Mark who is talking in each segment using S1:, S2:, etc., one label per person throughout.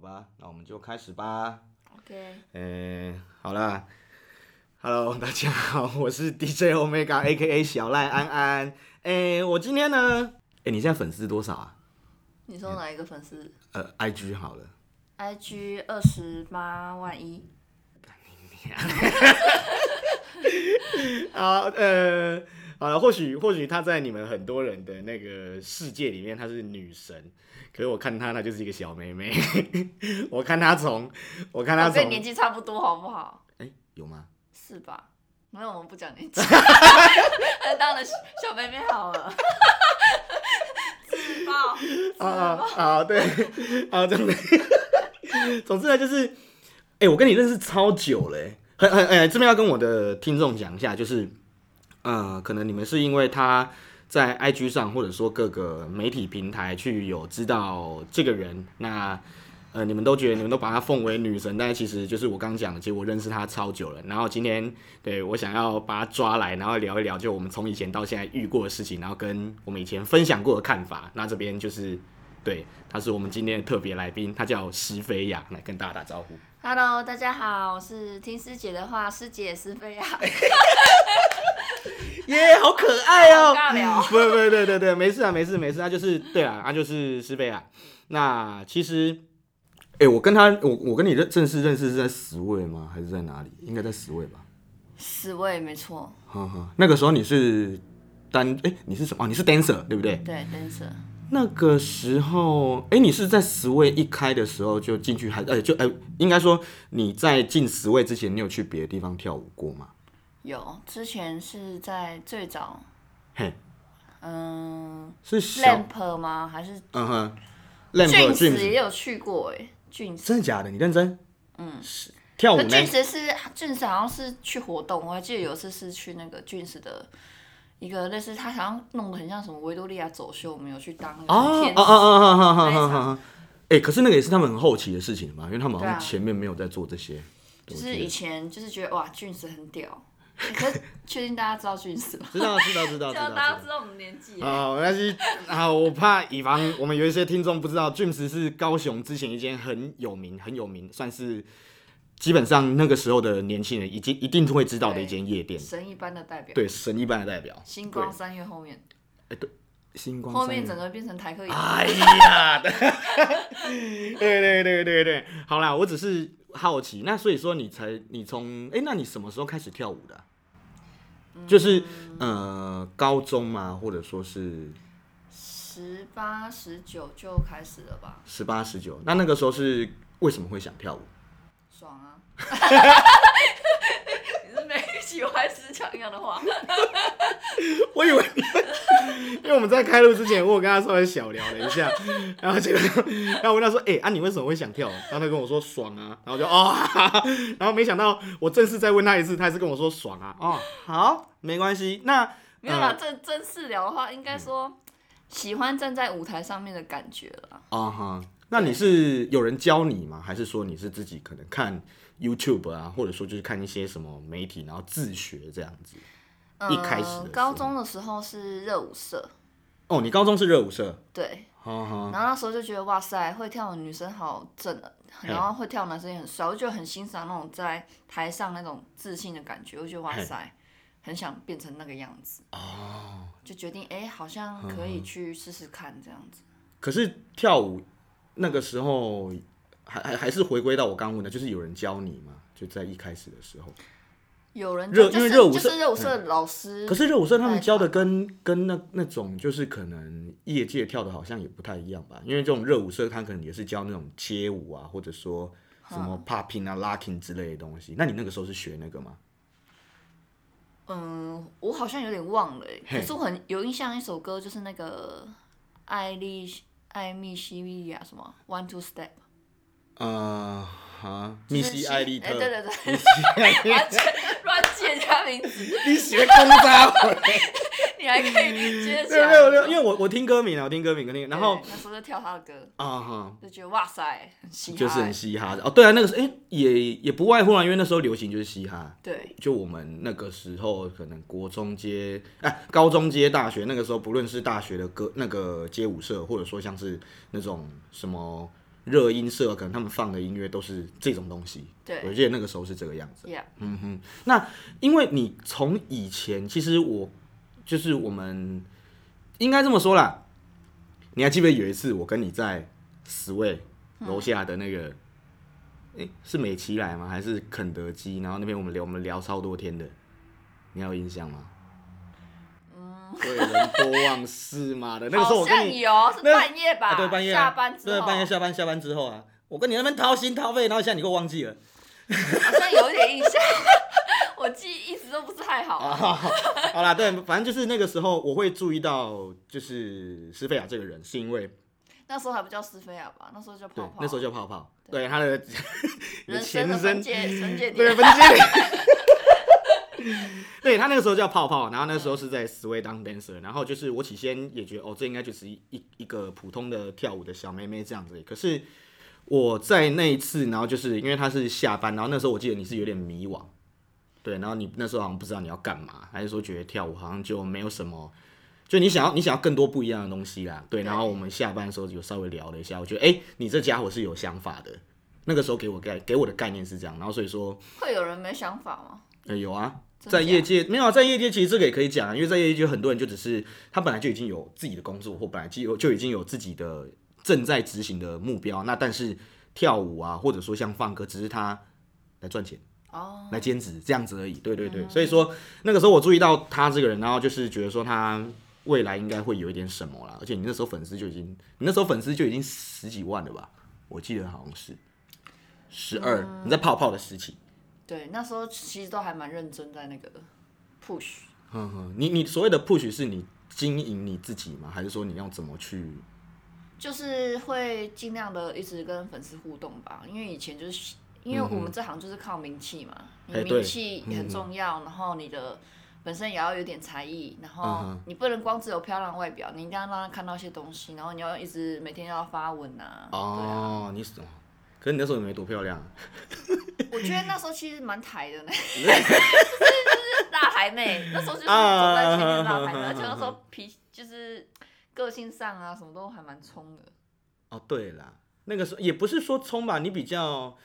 S1: 吧，那我们就开始吧。
S2: OK，
S1: 嗯，好啦，Hello，大家好， 我是 DJ Omega A.K.A 小赖安安。哎、我今天呢，哎、你现在粉丝多少啊？
S2: 你说哪一个粉丝
S1: 呃，IG 好了，
S2: ？IG 二十八万一，
S1: 啊，呃，好了，或许或许她在你们很多人的那个世界里面，她是女神，可是我看她，她就是一个小妹 妹。我看她从，我看她
S2: 我
S1: 从
S2: 哦跟你，年纪差不多，好不好？
S1: 哎、有吗？
S2: 是吧？那我们不讲 年纪，还当了小妹妹好了。自爆，
S1: 啊啊啊！对， 啊，总之， 总之呢，就是，哎、我跟你认识超久了、欸，很很哎、这边要跟我的听众讲一下，就是，呃，可能你们是因为他在 IG 上或者说各个媒体平台去有知道这个人，那。呃，你们都觉得你们都把她奉为女神，但是其实就是我刚刚讲的，其实我认识她超久了。然后今天对我想要把她抓来，然后聊一聊，就我们从以前到现在遇过的事情，然后跟我们以前分享过的看法。那这边就是，对，他是我们今天的特别来宾，他叫石飞雅，来跟大家打招呼。
S2: Hello，大家好，我是听师姐的话，师姐是非啊，
S1: 哎耶、好可爱哦、
S2: 好尬聊
S1: 不不不对对对，没事啊，没事没事，他就是对啊，他就是施菲啊。那其实，哎、我跟他，我我跟你认正式认识是在十位吗？还是在哪里？应该在十位吧。
S2: 十位没错，
S1: 哈哈，那个时候你是单，哎、你是什么？哦，你是 dancer 对不对？
S2: 对，dancer，
S1: 那个时候，哎、你是在十位一开的时候就进去还，呃，就呃，应该说你在进十位之前，你有去别的地方跳舞过吗？
S2: 有之前是在最早，
S1: 嘿，
S2: 嗯、
S1: 是小，
S2: Lamp 吗？还是
S1: 嗯哼，lamp
S2: 俊
S1: d r
S2: 子
S1: e
S2: 也有去过哎、俊子。
S1: 真的假的？你认真？嗯，跳舞
S2: 可
S1: 呢？
S2: 俊石是俊石，好像是去活动，我还记得有一次是去那个俊石的一个类似，他好像弄得很像什么维多利亚走秀，我们有去当那个
S1: 哦
S2: 天使
S1: 哦哦哦哦
S2: 那一
S1: 哦
S2: 场
S1: 哦！哎、可是那个也是他们很后期的事情嘛，因为他们好
S2: 对
S1: 像
S2: 啊
S1: 前面没有在做这些。
S2: 就
S1: 我
S2: 是
S1: 记得
S2: 以前就是觉得哇，俊石很屌，可是确定大家知道俊石 吗？
S1: 知道知道知道
S2: 这
S1: 知道
S2: 样
S1: 知
S2: 啊大
S1: 道
S2: 家。知道我们年纪耶，
S1: 啊，没关系啊，我怕以防我们有一些听众不知道，Dreams 是高雄之前一间很有名、很有名，算是基本上那个时候的年轻人已经一定会知道的一间夜店，
S2: 神一般的代表，
S1: 对神一般的代表。
S2: 星光三月后面，
S1: 对星光
S2: 后
S1: 三
S2: 面
S1: 月
S2: 整个变成台客，
S1: 哎呀， 对对对对对，好啦，我只是好奇，那所以说你才你从哎、那你什么时候开始跳舞的啊、就是呃高中嘛，或者说是
S2: 十八十九就开始了吧，
S1: 十八十九，那那个时候是为什么会想跳舞？
S2: 爽啊！ 你是每一集我还是讲一样的话。
S1: 我以为 你们，因为我们在开录之前，我有跟他稍微小聊了一下， 然后结果，然后我问他说：“哎、啊，你为什么会想跳？”然后他跟我说：“爽啊。”然后我就哦， 哈哈然后没想到我正式再问他一次，他还是跟我说：“爽啊。”哦，好，没关系。那
S2: 没有啦，
S1: 呃
S2: 正正式聊的话，应该说喜欢站在舞台上面的感觉啦。
S1: 啊哈，那你是有人教你吗？还是说你是自己可能看 YouTube 啊，或者说就是看一些什么媒体，然后自学这样子？一开始的时候
S2: 呃，高中的时候是热舞社，
S1: 哦，你高中是热舞社，
S2: 对，
S1: 哈哈，
S2: 然后那时候就觉得哇塞，会跳的女生好正啊，
S1: 嘿
S2: 然后会跳的男生也很帅，我就觉得很欣赏那种在台上那种自信的感觉，我就觉得哇
S1: 嘿
S2: 塞，很想变成那个样子，
S1: 哦。嗯
S2: 就决定哎、好像可以去试试看这样子。
S1: 可是跳舞那个时候还还还是回归到我刚问的，就是有人教你嘛？就在一开始的时候。
S2: 有人
S1: 热
S2: 就
S1: 因为
S2: 是
S1: 热舞
S2: 就
S1: 社嗯
S2: 是热舞社的老师
S1: 可，是热舞社他们教的跟跟那那种就是可能业界跳的好像也不太一样吧？因为这种热舞社他可能也是教那种街舞啊，或者说什么 popping 啊、locking 之类的东西。那你那个时候是学那个吗？
S2: 嗯，我好像有点忘了、欸，
S1: 嘿
S2: 可是我很有印象一首歌，就是那个艾丽艾米西利亚什么 One Two Step，
S1: 呃，哈，
S2: 就
S1: 密
S2: 是
S1: 西
S2: 西
S1: 艾利特
S2: 哎，对对对
S1: 密西艾利
S2: 完全乱记人家名字，
S1: 特， 你学空招 欸，
S2: 你还可以接
S1: 对
S2: 着
S1: 对
S2: 讲。
S1: 对对，因为我我听歌名啊，我听歌名，跟那个，然后
S2: 啊对那时候就跳他的歌，
S1: 啊哈，
S2: 就觉得哇塞，很嘻哈、欸，
S1: 就是很嘻哈的哦。对啊，那个时候哎、也也不外乎啊啦，因为那时候流行就是嘻哈。
S2: 对
S1: 就我们那个时候，可能国中街、哎、高中街、大学那个时候，不论是大学的歌那个街舞社，或者说像是那种什么热音社啊，可能他们放的音乐都是这种东西。
S2: 对
S1: 我记得那个时候是这个样子。
S2: ，Yeah，
S1: 嗯哼，那因为你从以前，其实我就是我们应该这么说啦。你还记不记得有一次我跟你在十位楼下的那个，诶，是美琪来吗？还是肯德基？然后那边我们聊，我们聊超多天的，你还有印象吗？嗯，对人多忘事嘛 的，那个时候我
S2: 好像
S1: 跟你
S2: 有是
S1: 那
S2: 半夜吧，
S1: 啊，对，半夜啊
S2: 下班之
S1: 对，
S2: 后，
S1: 半夜下班下班之后啊，我跟你那边掏心掏肺，然后现在你给我忘记了。
S2: 好像有一点印象， 我记忆一直都不是太好。
S1: 啊， 好啦，对，反正就是那个时候我会注意到，就是施菲亚这个人，是因为
S2: 那时候还不叫斯菲亚吧，那时候叫
S1: 对
S2: 泡泡。啊
S1: 那时候叫泡泡，对他的你的
S2: 人
S1: 前
S2: 生的分
S1: 身，
S2: 界分界
S1: 对啊
S2: 点，
S1: 分界。 对他那个时候叫泡泡，然后那时候是在 Sway 当 dancer，然后就是我起先也觉得哦，这应该就只是一一一个普通的跳舞的小妹妹这样子而已。可是我在那一次，然后就是因为她是下班，然后那时候我记得你是有点迷惘，对，然后你那时候好像不知道你要干嘛，还是说觉得跳舞好像就没有什么，就你想要你想要更多不一样的东西啦，对。然后我们下班的时候有稍微聊了一下，我觉得哎、诶你这家伙是有想法的。那个时候给我概给我的概念是这样，然后所以说
S2: 会有人没想法吗？
S1: 呃，有啊，
S2: 真
S1: 在
S2: 假
S1: 业界没有、啊，在业界其实这个也可以讲啊，因为在业界很多人就只是他本来就已经有自己的工作，或本来就有就已经有自己的正在执行的目标，那但是跳舞啊，或者说像放歌，只是他来赚钱。
S2: 哦，
S1: 来兼职这样子而已。对对对，所以说那个时候我注意到他这个人，然后就是觉得说他未来应该会有一点什么啦。而且你那时候粉丝就已经，你那时候粉丝就已经十几万了吧？我记得好像是十二、你在泡泡的时期。
S2: 对，那时候其实都还蛮认真在那个 push。
S1: 哼哼，嗯你你所谓的 push 是你经营你自己吗？还是说你要怎么去？
S2: 就是会尽量的一直跟粉丝互动吧，因为以前就是因为我们这行就是靠名气嘛，
S1: 嗯哎
S2: 你
S1: 对
S2: 名气也很重要，然后你的本身也要有点才艺，然
S1: 嗯
S2: 后你不能光只有漂亮外表，你一定要让他看到一些东西，然后你要一直每天要发文啊。
S1: 哦，你是，可是你那时候也没多漂亮啊、
S2: 对啊，我觉得那时候其实蛮 台的呢，就是就是大台妹，那时候就是走在前面的大台妹，
S1: 啊
S2: 而且那时候脾就是个性上啊什么都还蛮冲的。
S1: 哦，对啦，那个时候也不是说冲吧，你比较，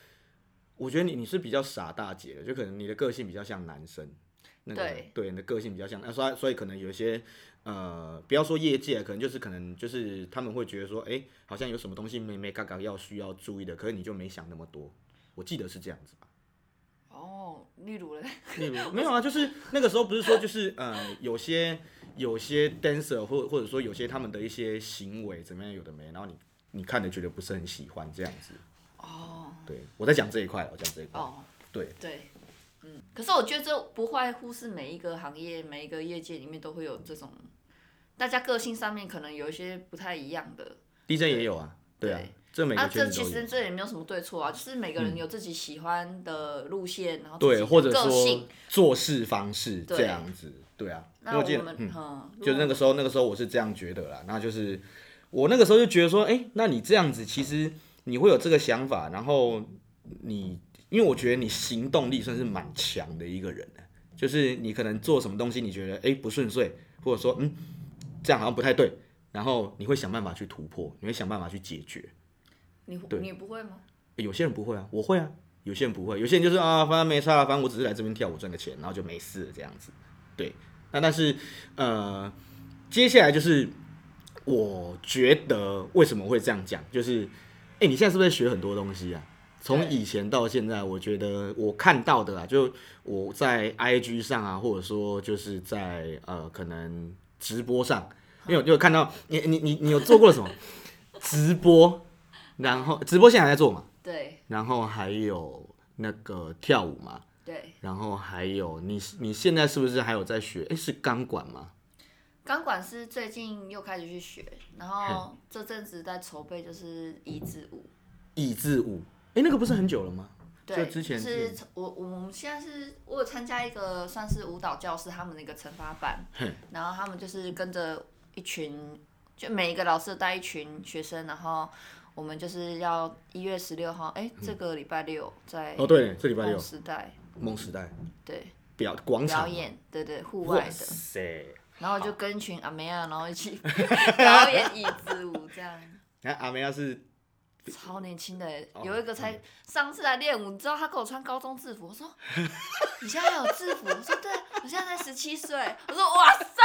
S1: 我觉得你你是比较傻大姐的，就可能你的个性比较像男生。那个、
S2: 对
S1: 对，你的个性比较像，那、呃所以所以可能有一些呃，不要说业界，可能就是可能就是他们会觉得说，哎、好像有什么东西没没嘎嘎要需要注意的，可是你就没想那么多，我记得是这样子吧。
S2: 哦，例如嘞，
S1: 例如 没有啊，就是那个时候不是说就是呃，有些有些 dancer 或或者说有些他们的一些行为怎么样有的没，然后你你看了觉得不是很喜欢这样子。
S2: 哦
S1: 对，我在讲这一块，我讲这一块。
S2: 哦。
S1: 对，
S2: 对，嗯，可是我觉得这不会忽视每一个行业、每一个业界里面都会有这种，大家个性上面可能有一些不太一样的。
S1: ，DJ 也有啊，对啊
S2: 对，
S1: 这每
S2: 啊，
S1: 个
S2: 这
S1: 圈子
S2: 其
S1: 都有。
S2: 实这也没有什么对错啊，就是每个人有自己喜欢的路线，然后自己
S1: 对，
S2: 的
S1: 或者
S2: 个
S1: 说
S2: 性。
S1: 做事方式
S2: 对
S1: 这样子，对啊。因
S2: 那
S1: 为
S2: 我
S1: 记得
S2: 们，
S1: 嗯，
S2: 嗯，
S1: 就那
S2: 个
S1: 个时候，那个时候我是这样觉得啦。那就是我那个时候就觉得说，哎、那你这样子，其实你会有这个想法，然后你，因为我觉得你行动力算是蛮强的一个人了，就是你可能做什么东西，你觉得哎、诶不顺遂，或者说嗯这样好像不太对，然后你会想办法去突破，你会想办法去解决。
S2: 你
S1: 对
S2: 你不会吗？
S1: 欸有些人不会啊，我会啊。有些人不会，有些人就是啊，反正没差啊，反正我只是来这边跳舞赚个钱，然后就没事了这样子。对，那但是呃，接下来就是我觉得为什么会这样讲，就是哎、欸你现在是不是在学很多东西啊？从
S2: 对
S1: 以前到现在，我觉得我看到的啊，就我在 IG 上啊，或者说就是在呃可能直播上，因为我就看到你你你你有做过什么 直播，然后直播现在还在做嘛？
S2: 对
S1: 然后还有那个跳舞嘛，
S2: 对，
S1: 然后还有你你现在是不是还有在学？哎，是钢管吗？
S2: 钢管是最近又开始去学，然后这阵子在筹备就是一至五。
S1: 益智舞？哎，那个不是很久了吗？就
S2: 对，
S1: 之前
S2: 是我我们现在是我有参加一个算是舞蹈教室他们的一个惩罚班
S1: 嘿，
S2: 然后他们就是跟着一群，就每一个老师带一群学生，然后我们就是要一月十六号，哎、这个礼拜六在
S1: 嗯哦，对，这礼拜
S2: 梦
S1: 六
S2: 时代
S1: 梦时代
S2: 对
S1: 表广场
S2: 表演，对对户
S1: 哇
S2: 外的，
S1: 塞！
S2: 然后就跟一 群阿妹啊，然后一起表演椅子舞这样。
S1: 那阿梅亚是
S2: 超年轻的欸，
S1: 哦
S2: 有一个才
S1: 嗯
S2: 上次来练舞，你知道他给我穿高中制服，我说你现在还有制服？我说对，我现在才十七岁，我说哇塞，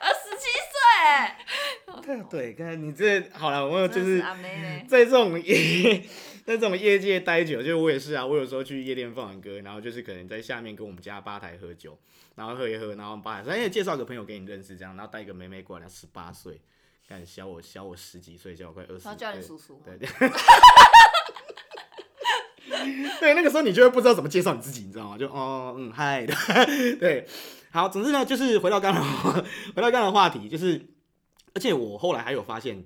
S2: 呃十七岁 欸，
S1: 对，刚才你这好了，我就
S2: 真的
S1: 是嗯
S2: 是阿妹妹，
S1: 在这种业在这种业界待久，就是我也是啊，我有时候去夜店放完歌，然后就是可能在下面跟我们家吧台喝酒，然后喝一喝，然后吧台说哎、介绍个朋友给你认识这样，然后带一个妹妹过来，她十八岁，敢小我小我十几岁，小我快二十，
S2: 然后叫你叔叔吗，
S1: 对对。 对，那个时候你就会不知道怎么介绍你自己，你知道吗？就哦，嗯，嗨， 对，好，总之呢，就是回到刚刚的 回到刚刚的话题，就是，而且我后来还有发现，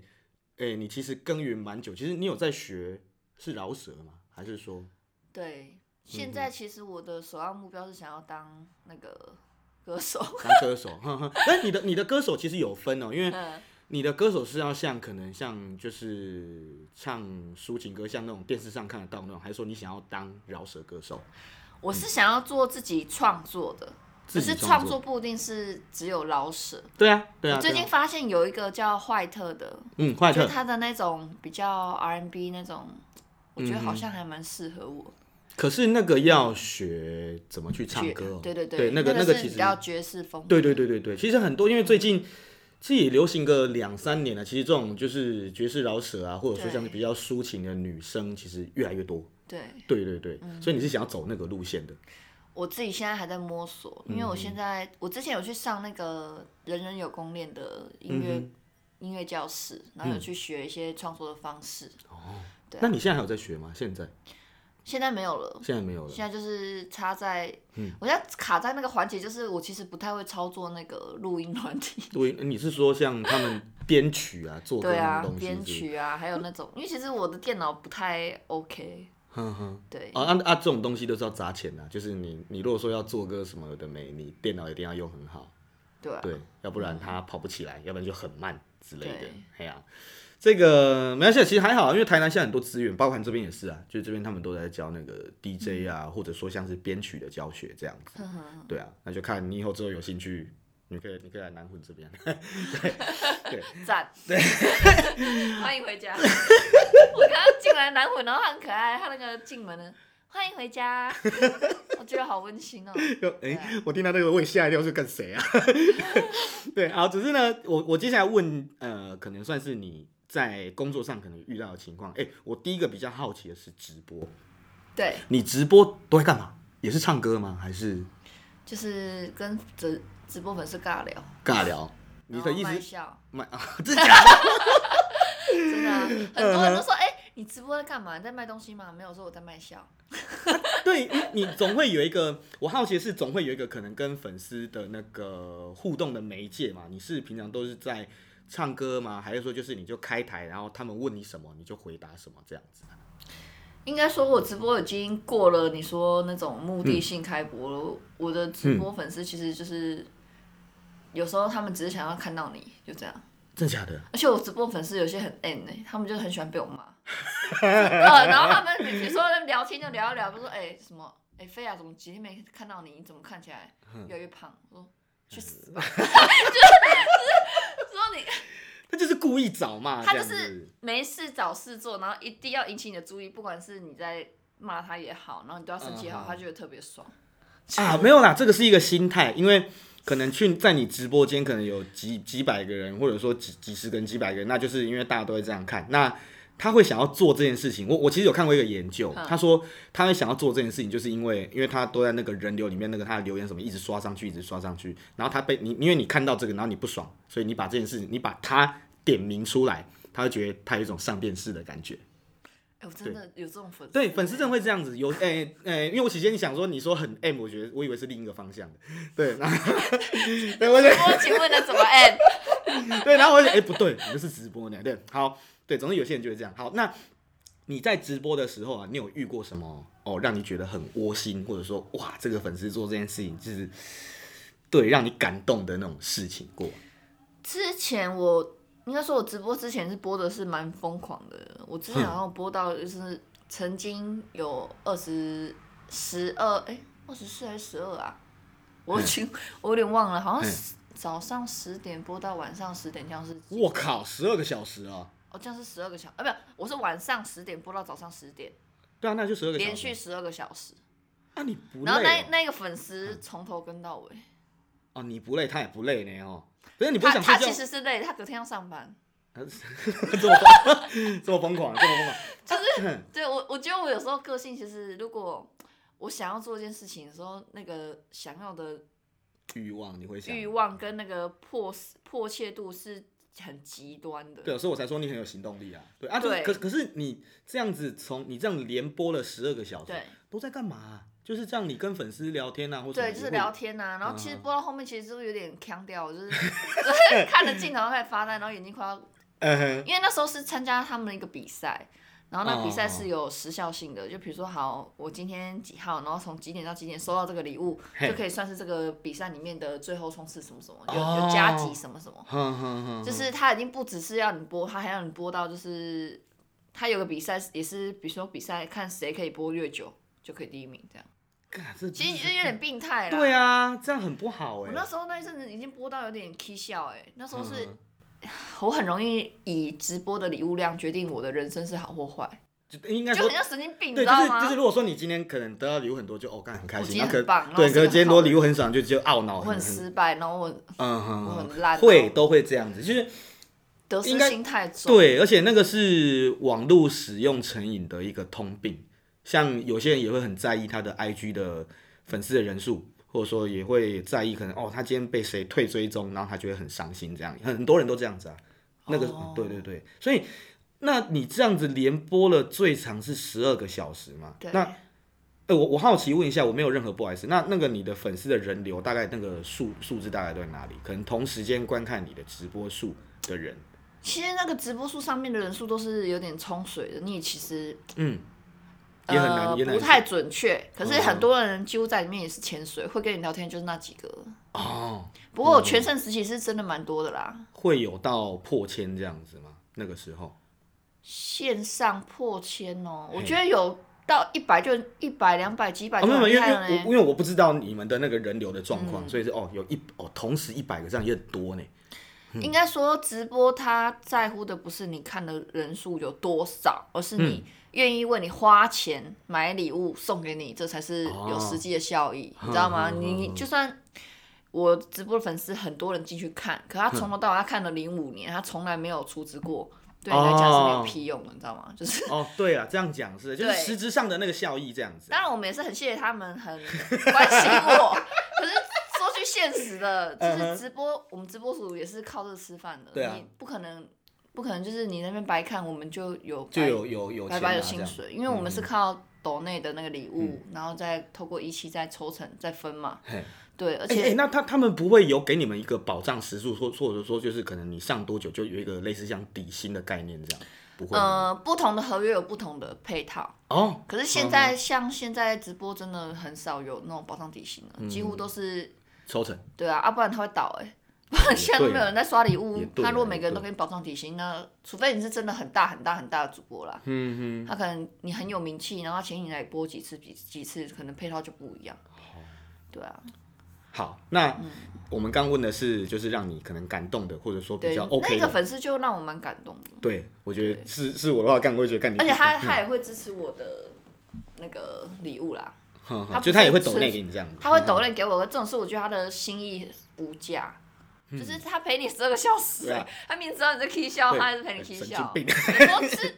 S1: 哎、你其实耕耘蛮久，其实你有在学是饶舌吗？还是说嗯
S2: 对，现在其实我的首要目标是想要当那个歌手，
S1: 当歌手？呵呵但你的你的歌手其实有分哦，因为
S2: 嗯，
S1: 你的歌手是要像可能像就是唱抒情歌，像那种电视上看得到那种，还是说你想要当饶舌歌手？
S2: 我是想要做自己创作的，
S1: 自
S2: 可
S1: 己
S2: 是
S1: 创
S2: 创
S1: 作
S2: 作不一定是只有老舍。
S1: 对啊，对啊，
S2: 我最
S1: 对啊
S2: 近发现有一个叫坏特的，
S1: 嗯，快
S2: 就
S1: 特
S2: 是他的那种比较 R&B 那种，我觉得
S1: 嗯
S2: 好像还蛮适合我。
S1: 可是那个要学怎么去唱
S2: 爵
S1: 歌、哦，
S2: 对对
S1: 对，那个
S2: 那
S1: 个
S2: 是
S1: 其
S2: 比
S1: 实，
S2: 较嗯爵士风。
S1: 对对对对对，其实很多，因为最近这也流行个两三年了，其实这种就是爵士饶舌啊，或者说像是
S2: 对
S1: 比较抒情的女生，其实越来越多。
S2: 对，
S1: 对对对，
S2: 嗯
S1: 所以你是想要走那个路线的，
S2: 我自己现在还在摸索，因为
S1: 嗯
S2: 我现在我之前有去上那个人人有功练的音乐、
S1: 嗯
S2: 音乐教室，然后有去学一些创作的方式。对啊
S1: 那你现在还有在学吗？现在
S2: 现在没有了，
S1: 现在没有了。
S2: 现在就是插在，
S1: 嗯
S2: 我现在卡在那个环节，就是我其实不太会操作那个录音软体。
S1: 对，你是说像他们编曲啊，做各
S2: 对啊
S1: 种东，西是
S2: 编
S1: 不是，
S2: 曲啊，还有那种，因为其实我的电脑不太 OK，
S1: 哼哼。
S2: 对，
S1: 哦，啊啊，这种东西都是要砸钱的、就是你你如果说要做歌什么的没，你电脑一定要用很好。
S2: 对啊，
S1: 对，要不然它跑不起来，要不然就很慢之类的
S2: 对。
S1: 哎呀、这个没关系，其实还好，啊因为台南现在很多资源，包含这边也是啊，就这边他们都在教那个 DJ
S2: 嗯
S1: 啊，或者说像是编曲的教学这样子。对啊，那就看你以后之后有兴趣，你可以你可以来南混这边。
S2: 赞，欢迎回家。 我刚刚进来南混，然后他很可爱，他那个进门的欢迎回家， 我觉得好温馨哦。
S1: 就哎、我听到这个我也吓一跳，是跟谁啊？ 对，好，只是呢，我我接下来问，呃，可能算是你在工作上可能遇到的情况。哎、我第一个比较好奇的是直播，
S2: 对，
S1: 你直播都在干嘛？也是唱歌吗？还是
S2: 就是跟直直播粉丝尬聊，
S1: 尬聊？你的
S2: 然后
S1: 意
S2: 卖
S1: 思
S2: 笑，
S1: 卖啊？ 真的假的？
S2: 真的啊、很多
S1: 嗯
S2: 人都说，哎、你直播在干嘛？你在卖东西吗？没有，我说我在卖笑。
S1: 对，你你总会有一个，我好奇的是总会有一个可能跟粉丝的那个互动的媒介嘛？你是平常都是在唱歌吗？还是说就是你就开台，然后他们问你什么你就回答什么这样子？
S2: 应该说，我直播已经过了你说那种目的性开播了。我的直播粉丝其实就是，有时候他们只是想要看到你，就这样。
S1: 真的假的？
S2: 而且我直播粉丝有些很 N 呢、他们就很喜欢被我骂。呃，然后他们比如说聊天就聊一聊，就说哎、什么哎菲亚怎么几天没看到你，你怎么看起来越来越胖？我说去死吧！ 就是就是说你
S1: 他就是故意找嘛，
S2: 他就
S1: 这样
S2: 是
S1: 子
S2: 没事找事做，然后一定要引起你的注意，不管是你在骂他也好，然后你对他生气
S1: 嗯
S2: 也好，
S1: 好
S2: 他就会特别爽。
S1: 啊，没有啦，这个是一个心态，因为可能去在你直播间可能有几几百个人，或者说几几十个人、几百个人，那就是因为大家都会这样看，那他会想要做这件事情。我我其实有看过一个研究，
S2: 嗯
S1: 他说他会想要做这件事情，就是因为因为他都在那个人流里面，那个他的留言什么一直刷上去，一直刷上去，然后他被你因为你看到这个，然后你不爽，所以你把这件事情你把他点名出来，他会觉得他有一种上电视的感觉。
S2: 哎、我真的有这种粉丝，
S1: 对，粉丝真的会这样子，有诶诶、因为我起先想说你说很 M，我觉得我以为是另一个方向的，对，然后对，我就
S2: 我哦请问了怎么 end？
S1: 对，然后我就哎、诶不对，你们是直播呢，对，好，对，总之有些人就会这样。好，那你在直播的时候啊，你有遇过什么哦，让你觉得很窝心，或者说哇，这个粉丝做这件事情就是对让你感动的那种事情过？
S2: 之前我应该说，我直播之前是播的是蛮疯狂的。我
S1: 嗯
S2: 之前好像播到就是曾经有二十十二，哎，二十四还是十二啊？我已经我有点忘了，好像
S1: 嗯
S2: 是早上十点播到晚上十点，这样是
S1: 我靠，十二个小时啊！
S2: 哦，我这样是十二个小，啊，不是，我是晚上十点播到早上十点，
S1: 对啊，那就十二个小时。
S2: 连续十二个小时。
S1: 啊，你不累
S2: 然后那
S1: 哦、
S2: 那个粉丝从头跟到尾，
S1: 哦？你不累，他也不累呢哦。可是你不是
S2: 他
S1: 想
S2: 他
S1: 睡觉
S2: 其？实是累，他隔天要上班。
S1: 这么疯这么疯狂，这么疯狂，就是
S2: 对我，我觉得我有时候个性其实，如果我想要做一件事情的时候，那个想要的
S1: 欲望，你会想。
S2: 欲望跟那个迫迫切度是很极端的。
S1: 对，所以我才说你很有行动力啊。对啊，就是
S2: 对
S1: 可可是你这样子从你这样连播了十二个小时，
S2: 对
S1: 都在干嘛啊、就是这样，你跟粉丝聊天啊，或者
S2: 对，就是聊天呐、然后
S1: 嗯
S2: 其实播到后面，其实是有点腔掉，我就是 就是看着镜头开始发呆，然后眼睛快要，
S1: 嗯哼，
S2: 因为那时候是参加他们的一个比赛，然后那个比赛
S1: 哦
S2: 是有时效性的，就比如说好，我今天几号，然后从几点到几点收到这个礼物，
S1: 嘿
S2: 就可以算是这个比赛里面的最后冲刺什么什么，有
S1: 哦
S2: 有加急什么什么，
S1: 哼哼哼，
S2: 就是他已经不只是要你播，他还要你播到就是他有个比赛也是，比如说比赛看谁可以播越久就可以第一名这样，
S1: 干这
S2: 其实就是有点病态啦。
S1: 对啊，这样很不好
S2: 我
S1: 哎、
S2: 那时候那一阵子已经播到有点 k 笑哎、那时候是、
S1: 嗯
S2: 我很容易以直播的礼物量决定我的人生是好或坏，
S1: 就应该
S2: 就
S1: 说
S2: 很像神经病，你
S1: 对，
S2: 知
S1: 就
S2: 道
S1: 是
S2: 吗？
S1: 就是，如果说你今天可能得到礼物很多，就哦，干很开
S2: 我
S1: 心，
S2: 今天
S1: 那可
S2: 很棒然后
S1: 对，
S2: 是
S1: 可是
S2: 很
S1: 今天
S2: 好
S1: 多
S2: 的
S1: 礼物很爽，就只有懊恼，
S2: 我很失败，然后我
S1: 嗯哼，
S2: 我
S1: 哼
S2: 很哦烂
S1: 嗯会都会这样子，就是
S2: 得失
S1: 应该
S2: 心太重。
S1: 对，而且那个是网络使用成瘾的一个通病，像有些人也会很在意他的 IG 的粉丝的人数，或者说也会在意可能哦，他今天被谁退追踪，然后他就会很伤心，这样很很多人都这样子啊。那个、
S2: 哦
S1: 对对对，所以那你这样子连播了最长是十二个小时嘛？
S2: 对
S1: 那哎、我我好奇问一下，我没有任何不好意思，那那个你的粉丝的人流大概那个数数字大概都在哪里？可能同时间观看你的直播数的人，
S2: 其实那个直播数上面的人数都是有点冲水的，你其实
S1: 嗯，也很难，
S2: 呃
S1: 也很难
S2: 不太准确。可是
S1: 嗯
S2: 很多人几乎在里面也是潜水，会跟你聊天就是那几个。
S1: 哦，
S2: 不过我全盛时期是真的蛮多的啦，
S1: 会有到破千这样子吗？那个时候，
S2: 线上破千哦，我
S1: 嘿
S2: 觉得有到一百就一百、两百、几
S1: 啊，
S2: 百就
S1: 没有，
S2: 很
S1: 没有
S2: 厉
S1: 因为
S2: 害
S1: 因
S2: 了嗯
S1: 为我
S2: 呢。
S1: 因为我不知道你们的那个人流的状况，所以是哦，有一哦，同时一百个这样也很多 呢。嗯
S2: 应该说直播他在乎的不是你看的人数有多少，而是你
S1: 嗯
S2: 愿意为你花钱买礼物送给你，这才是有实际的效益，你知道吗？
S1: 哦嗯嗯嗯
S2: 你你就算。我直播的粉丝很多人进去看，可他从头到尾他看了零五年，他从来没有出资过，对你来讲是没有
S1: 哦
S2: 屁用的，你知道吗？就是
S1: 哦，对啊，这样讲是，就是
S2: 对
S1: 实质上的那个效益这样子。
S2: 当然，我们也是很谢谢他们很关心我。 可是说句现实的，就
S1: 嗯哼
S2: 是直播，我们直播组也是靠这个吃饭的。
S1: 对啊
S2: 你不可能，不可能就是你那边白看，我们就有白
S1: 就有有有
S2: 白
S1: 钱
S2: 白
S1: 拿
S2: 有
S1: 这
S2: 薪
S1: 样，嗯
S2: 水，因为我们是靠抖内的那个礼物，然后再透过一期再抽成再分嘛。
S1: 嘿，
S2: 对，而
S1: 哎、
S2: 且、
S1: 哎那他他们不会有给你们一个保障时数，或或者说就是可能你上多久就有一个类似像底薪的概念这样，不会吗？
S2: 呃，不同的合约有不同的配套。
S1: 哦，
S2: 可是现在、像现在直播真的很少有那种保障底薪了，
S1: 嗯
S2: 几乎都是
S1: 抽成
S2: 对啊，啊不然他会倒 哎、不然现在都没有人在刷礼物
S1: 也，对啊
S2: 那如果
S1: 也
S2: 每个人都给你保障底薪，那除非你是真的很大很大很大的主播啦，嗯哼，他可能你很有名气，然后请你来播几次几几次，可能配套就不一样，对啊，
S1: 好，那我们刚问的是，就是让你可能感动的，或者说比
S2: 对，
S1: 较 OK
S2: 那个
S1: 的。
S2: 粉丝就让我蛮感动的，
S1: 对，我觉得是是我的话，干我会觉得干你。
S2: 而 且他他也会支持我的那个礼物啦，
S1: 哼哼
S2: 他不
S1: 就他也
S2: 是
S1: 会抖
S2: 吃
S1: 内给你这样嗯子。
S2: 他会抖泪给我，这种事我觉得他的心意无价。就是他陪你十二个小时、欸
S1: 对啊
S2: 他明知道你在 K 笑，
S1: 对哎
S2: 他还是陪你 K
S1: 神经
S2: 笑。
S1: 病。
S2: 我是，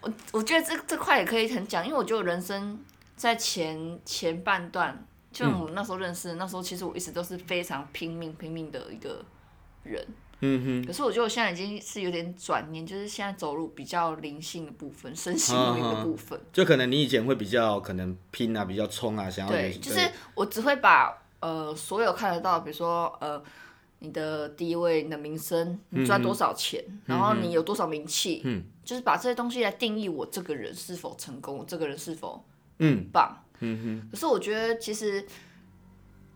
S2: 我 我觉得这这块也可以很讲，因为我觉得我人生在前前半段，就我们那时候认识，那时候其实我一直都是非常拼命拼命的一个人，
S1: 嗯
S2: 可是我觉得我现在已经是有点转念，就是现在走入比较灵性的部分、身心灵的部分，
S1: 哼，就可能你以前会比较可能拼啊，比较冲啊，想要
S2: 对，
S1: 有
S2: 就是我只会把呃所有看得到，比如说呃。你的地位、你的名声、你赚多少钱，然后你有多少名气，
S1: 嗯
S2: 就是把这些东西来定义我这个人是否成功，我这个人是否
S1: 嗯
S2: 棒。
S1: 嗯
S2: 可是我觉得其实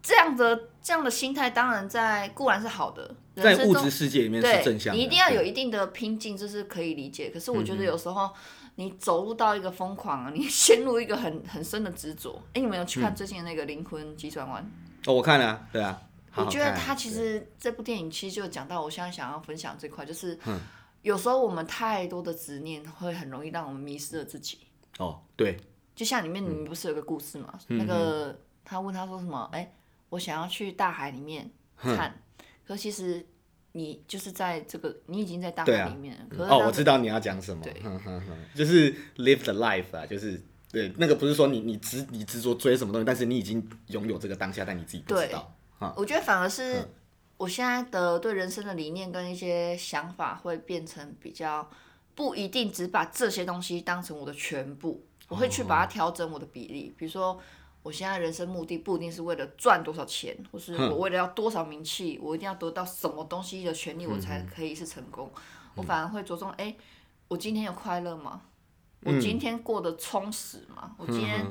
S2: 这样的这样的心态，当然在固然是好的，
S1: 哼，在
S2: 人生
S1: 物
S2: 中
S1: 质世界里面是正
S2: 对，
S1: 向的。嗯
S2: 你一定要有一定的拼劲，这是可以理解。可是我觉得有时候你走入到一个疯狂啊，你 陷入一个很很深的执着。哎，你们有去
S1: 嗯
S2: 看最近的那个《灵魂急转弯》？
S1: 哦，我看了啊，对啊。好
S2: 我
S1: 好
S2: 觉得
S1: 看啊嗯
S2: 他其实这部电影其实就讲到我现在想要分享这块，就是有时候我们太多的执念，会很容易让我们迷失了自己。
S1: 哦，对，
S2: 就像里
S1: 嗯
S2: 面你们不是有个故事嘛？那个他问他说什么？哎、我想要去大海里面看，可其实你就是在这个，你已经在大
S1: 对
S2: 海
S1: 啊
S2: 里面了。可是
S1: 哦，
S2: 他
S1: 我知道你要讲什么
S2: 对，
S1: 哼哼哼就是 live the life 啊，就是对那个不是说你你执你执着追什么东西，但是你已经拥有这个当下，但你自己不知道。啊，
S2: 我觉得反而是我现在的对人生的理念跟一些想法会变成比较不一定只把这些东西当成我的全部，我会去把它调整我的比例。比如说，我现在人生目的不一定是为了赚多少钱，或是我为了要多少名气，我一定要得到什么东西的权利，我才可以是成功。我反而会着重，哎、我今天有快乐吗？我今天过得充实吗？我今天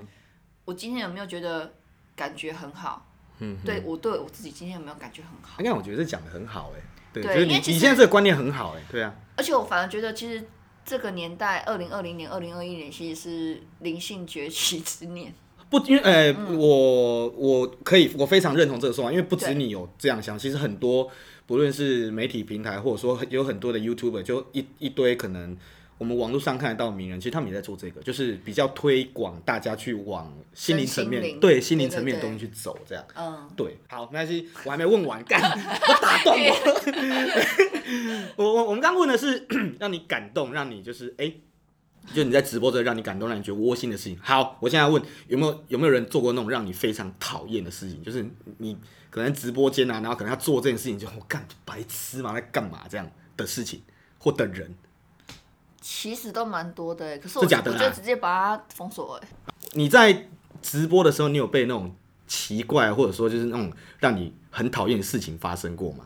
S2: 我今天有没有觉得感觉很好？对我对我自己今天有没有感觉很好？
S1: 刚刚我觉得这讲的很好哎，对，
S2: 对
S1: 就是
S2: 因
S1: 你
S2: 为其
S1: 你
S2: 实
S1: 现在这个观念很好哎，对啊，
S2: 而且我反而觉得，其实这个年代，二零二零年、二零二一年，其实是灵性崛起之 年。
S1: 不，因为呃，我我可以，我非常认同这个说法，因为不止
S2: 嗯对
S1: 你有这样想，其实很多不论是媒体平台，或者说很有很多的 YouTuber，就一一堆可能我们网络上看得到的名人，其实他们也在做这个，就是比较推广大家去往心灵层面，
S2: 身心灵
S1: 对心灵
S2: 对对
S1: 层面的
S2: 对
S1: 东西去走，这样。
S2: 嗯，
S1: 对，好，没关系，我还没问完，干， 我打断我。 我我我们刚问的是 让你感动，让你就是哎、就你在直播这让你感动，让你觉得窝心的事情。好，我现在要问有没有有没有人做过那种让你非常讨厌的事情？就是你可能直播间啊，然后可能他做这件事情就我干、白痴嘛，在干嘛这样的事情或的人，
S2: 其实都蛮多的欸，可是我
S1: 是假的
S2: 我
S1: 啦
S2: 就直接把它封锁欸。
S1: 你在直播的时候，你有被那种奇怪或者说就是那种让你很讨厌的事情发生过吗？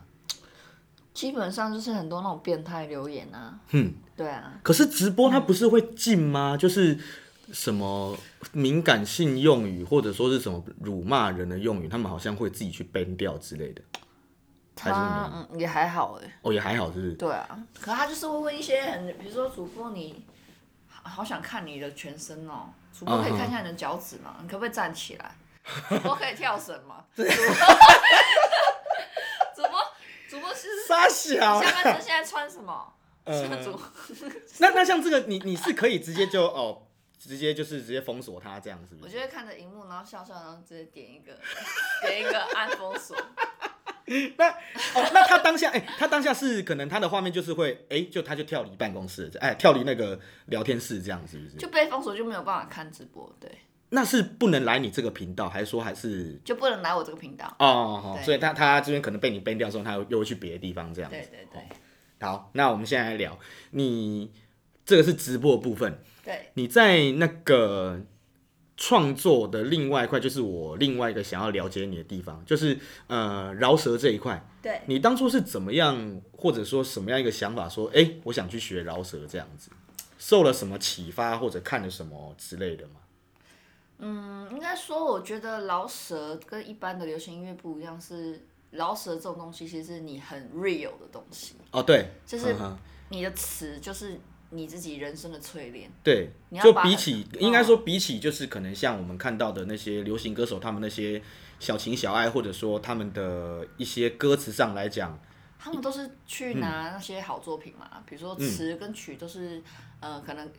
S2: 基本上就是很多那种变态留言啊，
S1: 嗯。
S2: 对啊，
S1: 可是直播它不是会禁吗？就是什么敏感性用语，或者说是什么辱骂人的用语，他们好像会自己去 ban 掉之类的。还是
S2: 他嗯也还好哎，
S1: 哦，也还好，是不是？
S2: 对啊，可他就是会问一些很，比如说主播你好好想看你的全身哦，主播可以看一下你的脚趾
S1: 嗯
S2: 吗？你可不可以站起 来？主播可以跳绳吗？主播 主播主播是
S1: 傻小啊
S2: 下半身现在穿什么？
S1: 呃
S2: 主
S1: 那那像这个，你你是可以直接就哦，直接就是直接封锁他这样，是不
S2: 我
S1: 是？
S2: 就会看着荧幕，然后笑笑，然后直接点一个 点一个按封锁。
S1: 哦，那他当下，哎、他当下是可能他的画面就是会，哎、就他就跳离办公室了，哎、跳离那个聊天室这样，是不是？
S2: 就被封锁就没有办法看直播，对，
S1: 那是不能来你这个频道，还是说还是
S2: 就不能来我这个频道。
S1: 哦，好
S2: 对
S1: 所以他他这边可能被你 ban 掉之后，他又又会去别的地方这样子。
S2: 对对对
S1: 好，那我们现在来聊你这个是直播的部分，
S2: 对，
S1: 你在那个创作的另外一块，就是我另外一个想要了解你的地方，就是呃饶舌这一块，
S2: 对，
S1: 你当初是怎么样，或者说什么样一个想法说，哎、我想去学饶舌这样子，受了什么启发或者看了什么之类的吗？
S2: 嗯，应该说，我觉得饶舌跟一般的流行音乐不一样，是饶舌这种东西，其实是你很 real 的东西，
S1: 哦，对，
S2: 就是
S1: 嗯哼
S2: 你的词就是你自己人生的淬炼。
S1: 对
S2: 你，要
S1: 就
S2: 把
S1: 比
S2: 很
S1: 起
S2: 嗯
S1: 应该说比起就是可能像我们看到的那些流行歌手，他们那些小情小爱，或者说他们的一些歌词上来讲，
S2: 他们都是去拿那些好作品嘛，比如说词跟曲都是，呃，可能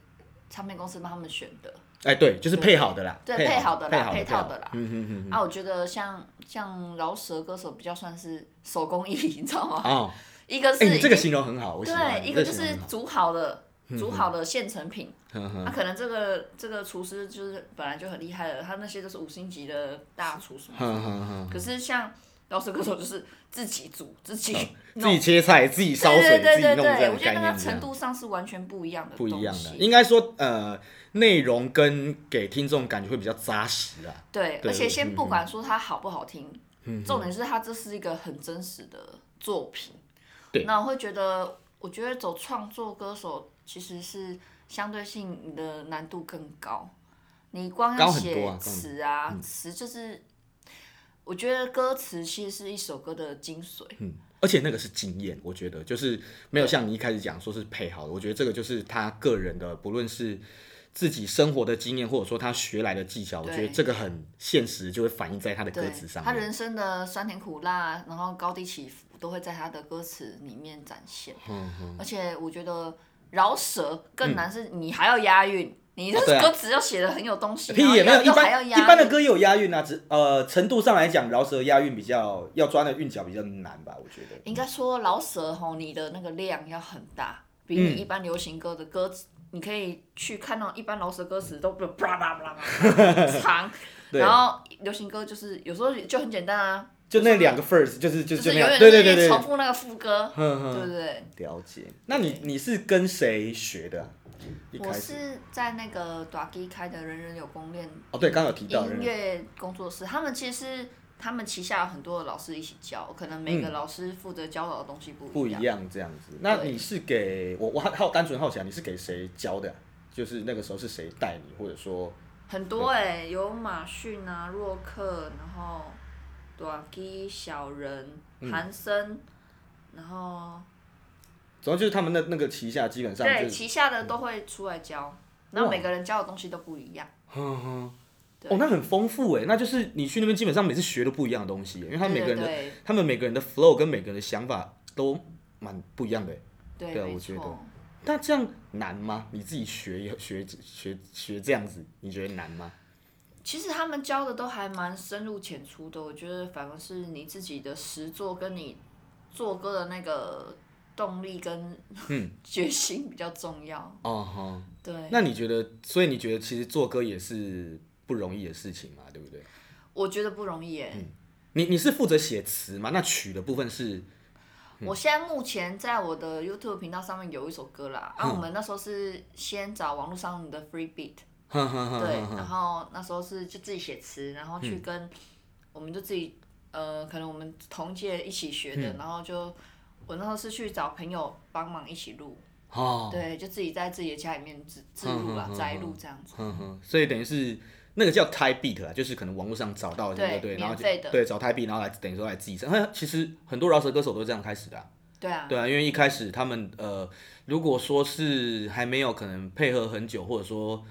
S2: 唱片公司帮他们选的，
S1: 哎，对，就是配好的啦，
S2: 对，
S1: 配
S2: 配
S1: 好
S2: 好的
S1: 配
S2: 啦，
S1: 好
S2: 配
S1: 配好
S2: 套的啦。
S1: 嗯哼哼
S2: 啊，我觉得像像饶舌歌手比较算是手工艺， 你知道吗？
S1: 哼，哦，
S2: 一个是
S1: 哎，你
S2: 已
S1: 这个
S2: 经
S1: 形容很好，我喜欢，嗯
S2: 对，
S1: 你
S2: 一
S1: 这
S2: 个
S1: 个
S2: 就
S1: 形容
S2: 是
S1: 很好
S2: 煮好的，煮好的现成品。
S1: 呵
S2: 那、
S1: 呵
S2: 可能这个这个厨师就是本来就很厉害了，他那些都是五星级的大厨什么的。
S1: 呵呵呵，
S2: 可是像饶舌歌手就是自己煮自己
S1: 自
S2: 弄，
S1: 己切菜，嗯自己烧水，
S2: 对
S1: 自
S2: 对
S1: 己
S2: 对
S1: 弄
S2: 对
S1: 这
S2: 对，
S1: 样的
S2: 我觉
S1: 概
S2: 得那
S1: 念
S2: 个
S1: 这
S2: 程
S1: 样，
S2: 度上是完全不一样的
S1: 不一样
S2: 东
S1: 的，
S2: 西
S1: 应该说呃，内容跟给听众感觉会比较扎实啊，
S2: 对，
S1: 对嗯
S2: 而且先不管说它好不好听，重点是它这是一个很真实的作品。
S1: 对
S2: 那我会觉得，我觉得走创作歌手其实是相对性你的难度更高，你光要
S1: 高很多啊
S2: 写
S1: 高很
S2: 词啊，词、就是。我觉得歌词其实是一首歌的精髓，
S1: 嗯，而且那个是经验，我觉得就是没有像你一开始讲说是配好的，我觉得这个就是他个人的，不论是自己生活的经验，或者说他学来的技巧，我
S2: 对
S1: 觉得这个很现实，就会反映在他的歌
S2: 对
S1: 词上
S2: 他
S1: 面。
S2: 人生的酸甜苦辣，然后高低起伏都会在他的歌词里面展现。
S1: 嗯
S2: 而且我觉得饶舌更难，是你还要押韵，你的
S1: 哦对啊
S2: 歌词又写的很有东西，
S1: 屁
S2: 然后
S1: 也没有，
S2: 又
S1: 一
S2: 又还要
S1: 般
S2: 押
S1: 一般的
S2: 韵
S1: 歌也有押韵啊，只呃程度上来讲，饶舌押韵比较要抓的韵脚比较难吧，我觉得。
S2: 应该说饶舌吼，你的那个量要很大，比
S1: 嗯
S2: 你一般流行歌的歌词，你可以去看那种一般饶舌歌词都不啪啦啪啦啪啦长，
S1: 对
S2: 然后流行歌就是有时候就很简单啊，
S1: 就那两个 first 就是就
S2: 就是
S1: 那
S2: 永
S1: 样
S2: 远，
S1: 对
S2: 都
S1: 对
S2: 是
S1: 对对，
S2: 重复那个副歌，
S1: 哼
S2: 对不
S1: 哼，
S2: 对？
S1: 了解。那你你是跟谁学的啊？一
S2: 我
S1: 开始
S2: 是在那个 d a g i 开的人人有功练
S1: 哦，对，刚刚有提到
S2: 音乐工作室，他们其实他们旗下有很多的老师一起教，可能每个老师负责教导的东西
S1: 嗯不
S2: 不一
S1: 一
S2: 样。
S1: 样这样子。那
S2: 对
S1: 你是给我我还好单纯好奇啊，你是给谁教的啊？就是那个时候是谁带你，或者说
S2: 很多哎、有马逊啊、洛克，然后短基小人、韩森，然后
S1: 主要就是他们那那个旗下基本上
S2: 对
S1: 就是，
S2: 旗下的都会出来教，然后
S1: 哇
S2: 每个人教的东西都不一样。
S1: 哼哼，
S2: 对
S1: 哦，那很丰富哎，那就是你去那边基本上每次学都不一样的东西耶，因为他们每个人的
S2: 对
S1: 他们每个人的 flow 跟每个人的想法都蛮不一样的耶。
S2: 对
S1: 对
S2: 对，
S1: 啊
S2: 没
S1: 我觉得
S2: 错。
S1: 那这样难吗？你自己学学学学这样子，你觉得难吗？
S2: 其实他们教的都还蛮深入浅出的，我觉得反而是你自己的实作跟你做歌的那个动力跟 决心比较重要。
S1: 哦哈，
S2: 对，
S1: 那你觉得，所以你觉得其实做歌也是不容易的事情嘛，对不对？
S2: 我觉得不容易耶。
S1: 你你是负责写词嘛？那曲的部分是
S2: 我现在目前在我的 YouTube 频道上面有一首歌啦，啊，我们那时候是先找网络上的 Free Beat，
S1: 哼哼哼
S2: 对
S1: 哼，哼
S2: 然后那时候是就自己写词，然后去跟，我们就自己，呃，可能我们同届一起学的，然后就我那时候是去找朋友帮忙一起录，
S1: 哦，
S2: 对，就自己在自己的家里面自自录啦
S1: 嗯嗯嗯，嗯
S2: 摘录这样子，
S1: 哼哼，所以等于是那个叫 type beat 啊，就是可能网络上找到
S2: 对
S1: 对对，然后就
S2: 免费的
S1: 对找 type beat，然后来等于说来自己唱。哼其实很多饶舌歌手都是这样开始的、啊，
S2: 对啊，
S1: 对啊，因为一开始他们呃，如果说是还没有可能配合很久，或者说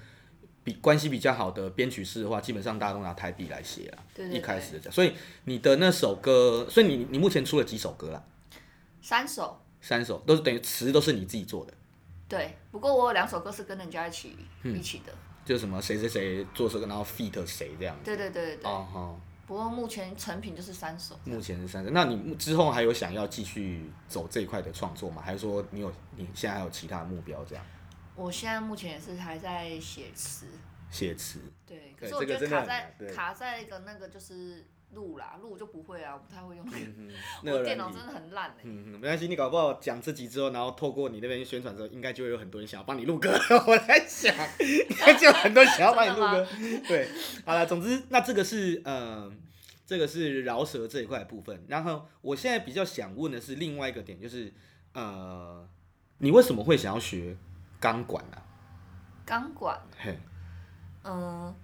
S1: 比关系比较好的编曲师的话，基本上大家都拿 type beat 来写啊，
S2: 对对对
S1: 一开始的这样。所以你的那首歌，所以你你目前出了几首歌啦？
S2: 三首，
S1: 三首，都是等于词都是你自己做的。
S2: 对，不过我有两首歌是跟人家一起
S1: 嗯
S2: 一起的，
S1: 就是什么谁谁谁做这个，然后 feat 谁这样。
S2: 对对对对对，
S1: 哦哦，
S2: 不过目前成品就是三首。
S1: 目前是三个。那你之后还有想要继续走这一块的创作吗？还是说你有你现在还有其他的目标这样？
S2: 我现在目前也是还在写词，
S1: 写词，
S2: 对，可
S1: 对
S2: 是我
S1: 这个
S2: 觉得
S1: 真的
S2: 卡
S1: 很
S2: 在
S1: 难对
S2: 卡在一个那个就是录啦，录我就不会啊，我不太会用那个，
S1: 嗯那
S2: 我
S1: 个
S2: 电
S1: 人
S2: 脑真的很烂哎、
S1: 嗯，没关系，你搞不好讲自己之后，然后透过你那边宣传之后，应该就会有很多人想要帮你录歌。 我在想，应该就有很多人想要帮你录歌。对，好了，总之，那这个是呃，这个是饶舌这一块的部分。然后我现在比较想问的是另外一个点，就是呃，你为什么会想要学钢管啊？
S2: 钢管，
S1: 嘿，
S2: 嗯，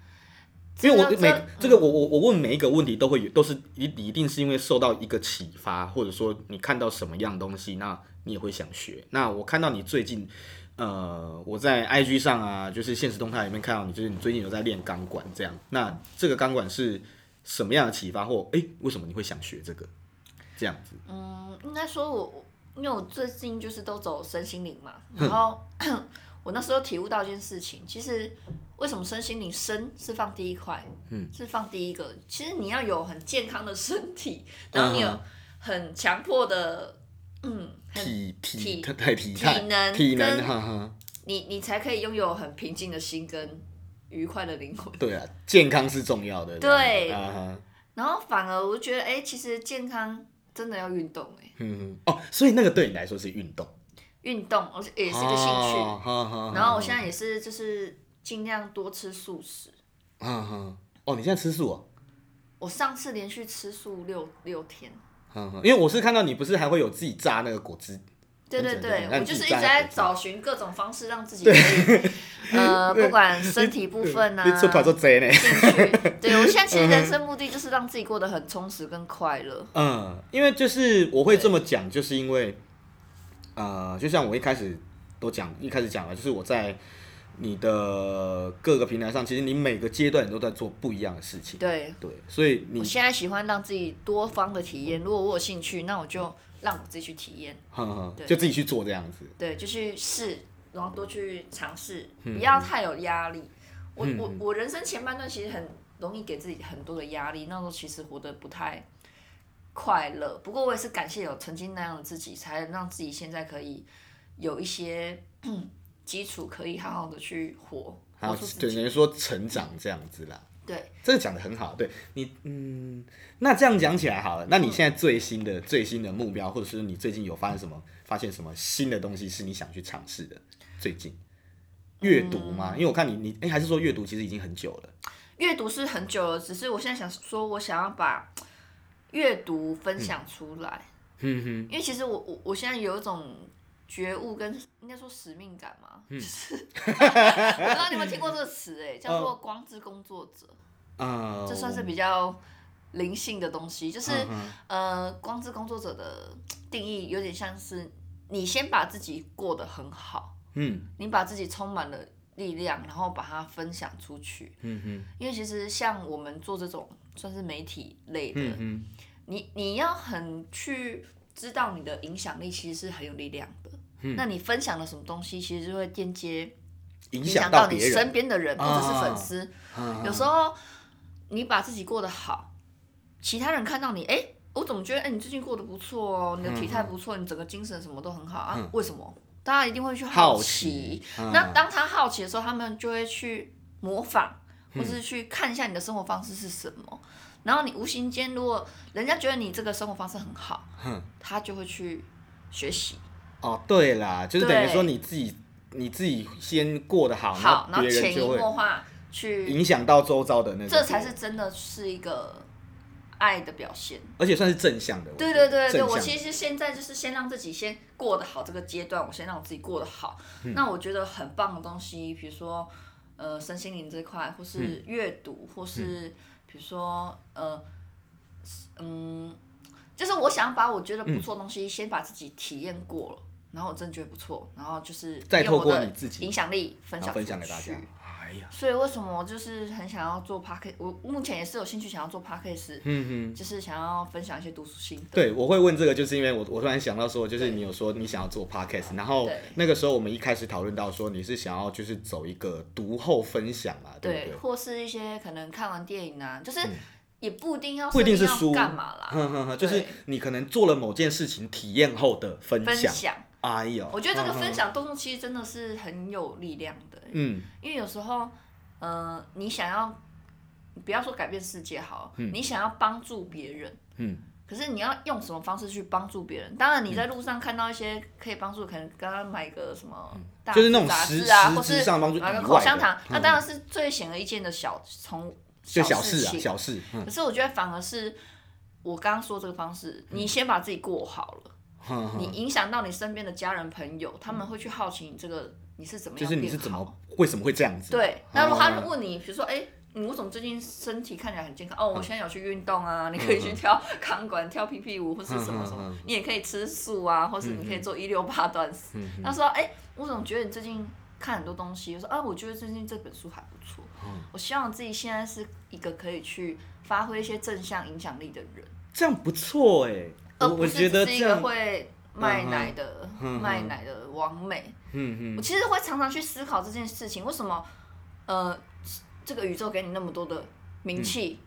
S1: 因为我
S2: 这个
S1: 每
S2: 这嗯
S1: 这个我我我问每一个问题都会有，都是一一定是因为受到一个启发，或者说你看到什么样的东西，那你也会想学。那我看到你最近，呃，我在 IG 上啊，就是现实动态里面看到你，就是你最近有在练钢管这样。那这个钢管是什么样的启发，或诶，为什么你会想学这个？这样子，
S2: 嗯，应该说我我因为我最近就是都走身心灵嘛，然后 我那时候体悟到一件事情，其实为什么身心灵身是放第一块，嗯，是放第一个，其实你要有很健康的身体，然后你有
S1: 嗯
S2: 很强迫的，嗯，很
S1: 体体
S2: 体
S1: 态体
S2: 体
S1: 态
S2: 能
S1: 体能，
S2: 跟
S1: 哈哈，
S2: 你你才可以拥有很平静的心跟愉快的灵魂。
S1: 对啊，健康是重要的，这
S2: 对
S1: 样子啊哈。
S2: 然后反而我就觉得，哎、其实健康真的要运动、哎，
S1: 嗯，哦，所以那个对你来说是运动，
S2: 运动而且也是一个兴趣。
S1: 哦哈哈
S2: 然后
S1: 哈
S2: 我现在也是就是尽量多吃素食。
S1: 嗯哼，哦，你现在吃素哦？
S2: 我上次连续吃素六六天，
S1: 嗯哼，因为我是看到你不是还会有自己榨那个果汁，
S2: 对对
S1: 真的
S2: 对，
S1: 那
S2: 我
S1: 你
S2: 就
S1: 自
S2: 是
S1: 己
S2: 一
S1: 在
S2: 直在
S1: 那边
S2: 找寻各种方式让自己可 以，呃，不管身体部分啊，
S1: 你出团做嗯贼呢？
S2: 兴趣，对我现在其实人生目的就是让自己过得很充实跟快乐。
S1: 嗯，因为就是我会这么讲，就是因为，呃，就像我一开始都讲，一开始讲了，就是我在你的各个平台上，其实你每个阶段你都在做不一样的事情，
S2: 对，
S1: 对，所以你
S2: 我现在喜欢让自己多方的体验。如果我有兴趣，那我就让我自己去体验，
S1: 哼哼，
S2: 对
S1: 就自己去做这样子。
S2: 对，就去试，然后多去尝试，
S1: 嗯
S2: 不要太有压力。我我我人生前半段其实很容易给自己很多的压力，那时候其实活得不太快乐。不过我也是感谢有曾经那样的自己，才让自己现在可以有一些 基础，可以好好的去活，
S1: 还
S2: 活
S1: 有
S2: 出自
S1: 对
S2: 己。
S1: 等于说成长这样子啦，
S2: 对，
S1: 这个讲的很好。对你，嗯，那这样讲起来好了，那你现在最新的最新的目标，或者是你最近有发现什么发现什么新的东西是你想去尝试的？最近阅读
S2: 嗯
S1: 吗？因为我看你你哎、还是说阅读其实已经很久了。
S2: 阅读是很久了，只是我现在想说，我想要把阅读分享出来。
S1: 嗯哼，
S2: 因为其实我我我现在有一种觉悟跟应该说使命感嘛，
S1: 嗯
S2: 就是我不知道你有没有听过这个词哎、 叫做光之工作者，
S1: 啊、
S2: 这算是
S1: 我
S2: 比较灵性的东西，就是、
S1: 嗯哼
S2: 呃，光之工作者的定义有点像是你先把自己过得很好，
S1: 嗯
S2: 你把自己充满了力量，然后把它分享出去，
S1: 嗯哼
S2: 因为其实像我们做这种算是媒体类的，
S1: 嗯哼
S2: 你你要很去知道你的影响力其实是很有力量的。
S1: 嗯
S2: 那你分享了什么东西，其实就会间接
S1: 影
S2: 影
S1: 响
S2: 响
S1: 到
S2: 你
S1: 别
S2: 身
S1: 人。
S2: 边的人，不只是粉丝。
S1: 啊
S2: 有时候你把自己过得好，其他人看到你，哎、我怎么觉得，哎、你最近过得不错哦，你的体态不错，你整个精神什么都很好啊？为什么？大家一定会去
S1: 嗯好
S2: 奇
S1: 奇。嗯
S2: 那当他好奇的时候，他们就会去模仿，
S1: 嗯
S2: 或是去看一下你的生活方式是什么。然后你无形间，如果人家觉得你这个生活方式很好，
S1: 哼
S2: 他就会去学习。
S1: 哦，对啦，就是等于
S2: 对
S1: 说你自己你自己先过得好，
S2: 好，
S1: 后哦
S2: 然后
S1: 别人
S2: 潜移
S1: 就
S2: 默
S1: 会
S2: 化去，
S1: 影响到周遭的那个别
S2: 这
S1: 人，
S2: 才是真的是一个爱的表现。
S1: 而且算是正向的。我
S2: 对
S1: 觉得
S2: 对对对，
S1: 正
S2: 我
S1: 向
S2: 其实现在就是先让自己先过得好这个阶段，我先让我自己过得好。
S1: 嗯
S2: 那我觉得很棒的东西，比如说呃身心灵这块，
S1: 嗯
S2: 或是阅读，或是比如说呃嗯，就是我想把我觉得不错
S1: 嗯
S2: 的东西，先把自己体验过了。然后我真的觉得不错，然后就是
S1: 再
S2: 用
S1: 透
S2: 我
S1: 过
S2: 的
S1: 你自己
S2: 影响力分
S1: 然
S2: 享
S1: 后分
S2: 出
S1: 享给大家
S2: 去。
S1: 哎呀，
S2: 所以为什么我就是很想要做 p a r k 我目前也是有兴趣想要做 p a r k a s
S1: 嗯哼，
S2: 就是想要分享一些读书心得。
S1: 对，我会问这个，就是因为我我突然想到说，就是你有说你想要做 podcast，然后
S2: 对
S1: 那个时候我们一开始讨论到说你是想要就是走一个读后分享嘛，对不
S2: 对，或是一些可能看完电影啊，就是也不一定要
S1: 不一定是
S2: 设
S1: 书
S2: 要干嘛啦，
S1: 哼哼哼，就是
S2: 对
S1: 你可能做了某件事情体验后的分
S2: 分
S1: 享，
S2: 享。
S1: 哎呦，
S2: 我觉得这个
S1: 哼
S2: 分
S1: 哼，
S2: 享动作其实真的是很有力量的，
S1: 嗯
S2: 因为有时候，呃，你想要不要说改变世界好了，你想要帮助别人，
S1: 嗯，
S2: 可是你要用什么方式去帮助别人？当然，你在路上看到一些可以帮助，可能刚刚买个什么大
S1: 嗯就是那种
S2: 杂志
S1: 实
S2: 啊，
S1: 实
S2: 或
S1: 质
S2: 是
S1: 上帮助
S2: 买个
S1: 以
S2: 口
S1: 外
S2: 香
S1: 的
S2: 糖
S1: 嗯，
S2: 那当然是最显而易见的小从
S1: 就小
S2: 事
S1: 事啊，
S2: 情。
S1: 小事，嗯
S2: 可是我觉得反而是我刚刚说这个方式，
S1: 嗯
S2: 你先把自己过好了，
S1: 哼哼
S2: 你影响到你身边的家人朋友，他们会去好奇你这个你是怎么
S1: 就
S2: 样
S1: 是
S2: 变好。
S1: 你是怎么为什么会这样子？
S2: 对，那如果他
S1: 嗯
S2: 问你，比如说，哎、你为什么最近身体看起来很健康？哦，
S1: 嗯
S2: 我现在有去运动啊，你可以去跳钢管、跳 PP 舞或是什么
S1: 嗯
S2: 什
S1: 嗯嗯
S2: 么，你也可以吃素啊，或是你可以做一六八断食。他说，哎、我怎么觉得你最近看很多东西？我说，啊，我觉得最近这本书还不错。
S1: 哦
S2: 我希望自己现在是一个可以去发挥一些正向影响力的人，
S1: 这样不错哎、
S2: 而
S1: 我
S2: 不
S1: 我
S2: 是
S1: 觉得
S2: 只是
S1: 这
S2: 一个
S1: 样，
S2: 会卖奶的、
S1: 嗯嗯
S2: 卖奶的王美。
S1: 嗯
S2: 我其实会常常去思考这件事情，为什么呃这个宇宙给你那么多的
S1: 嗯
S2: 名气，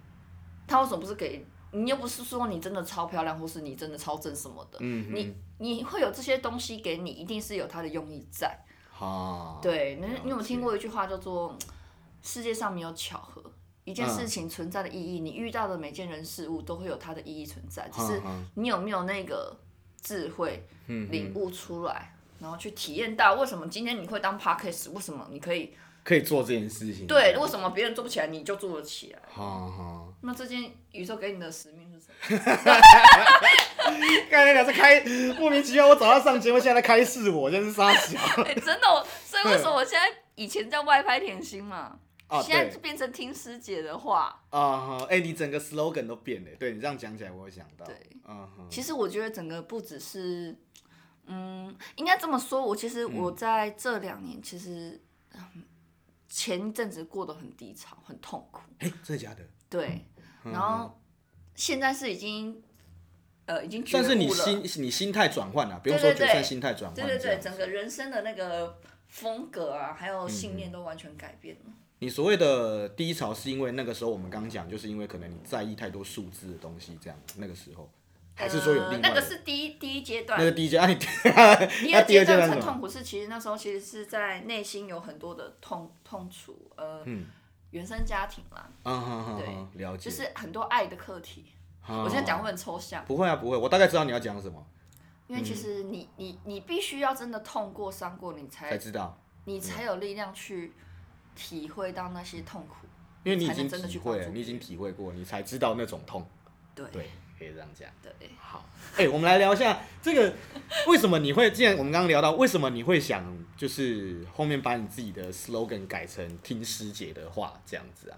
S2: 他为什么不是给你？又不是说你真的超漂亮，或是你真的超正什么的，
S1: 嗯
S2: 你你会有这些东西给你，一定是有它的用意在。
S1: 哼，啊，
S2: 对，那
S1: 了解
S2: 你有没有听过一句话叫做“世界上没有巧合”。一件
S1: 嗯
S2: 事情存在的意义，你遇到的每件人事物都会有它的意义存在，只
S1: 嗯
S2: 是
S1: 嗯
S2: 你有没有那个智慧，
S1: 嗯
S2: 领悟出来，然后去体验到为什么今天你会当 podcast，为什么你可以
S1: 可以做这件事情，
S2: 对，为什么别人做不起来你就做得起来？
S1: 好好，
S2: 那这件宇宙给你的使命是 什么？
S1: 刚才俩是开莫名其妙，我早上上节目，现在在开示我，真是啊傻小
S2: 哎、真的，我所以为什么我现在以前叫外拍甜心嘛，
S1: 啊！
S2: 现在
S1: 对
S2: 就变成听师姐的话。
S1: 啊哈，哎，你整个 slogan 都变了，对你这样讲起来，我有想到，
S2: 对，
S1: 嗯哼，
S2: 其实我觉得整个不只是，嗯，应该这么说，我其实
S1: 嗯
S2: 我在这两年其实。嗯前一阵子过得很低潮，很痛苦。
S1: 哎，真的假的？
S2: 对，然后现在是已经呃已经觉
S1: 但
S2: 悟了。
S1: 是你心你心态转换啊了，不用说
S2: 对对
S1: 决
S2: 对
S1: 算心态转换。
S2: 对对
S1: 这样
S2: 对，整个人生的那个风格啊，还有信念都完全改变了。
S1: 你所谓的低潮是因为那个时候我们刚讲，就是因为可能你在意太多数字的东西，这样那个时候，还是说有
S2: 呃
S1: 另外的、
S2: 那个是第一第一阶段
S1: 那，个第一阶段，啊你
S2: 第
S1: 那
S2: 二
S1: 第二阶
S2: 阶
S1: 段
S2: 段
S1: 是
S2: 很
S1: 什么
S2: 痛苦是，其实那时候其实是在内心有很多的痛痛楚，呃，原生家庭啦，
S1: 啊哈哈哈，
S2: 对
S1: 嗯了解。
S2: 就是很多爱的课题。
S1: 啊
S2: 我现在讲会很抽象，
S1: 不会啊，不会，我大概知道你要讲什么，
S2: 因为其实你
S1: 嗯
S2: 你你必须要真的痛过、伤过，你
S1: 才
S2: 才
S1: 知道，
S2: 你才有力量去体会到那些痛苦。
S1: 因为你已
S2: 才能
S1: 经
S2: 真的
S1: 体
S2: 去
S1: 会
S2: 帮
S1: 了，
S2: 助
S1: 你已经体会过，你才知道那种痛。
S2: 对
S1: 对，可以这样讲。
S2: 对，
S1: 好，哎、我们来聊一下这个，为什么你会？既然我们刚刚聊到，为什么你会想就是后面把你自己的 slogan 改成听师姐的话这样子啊？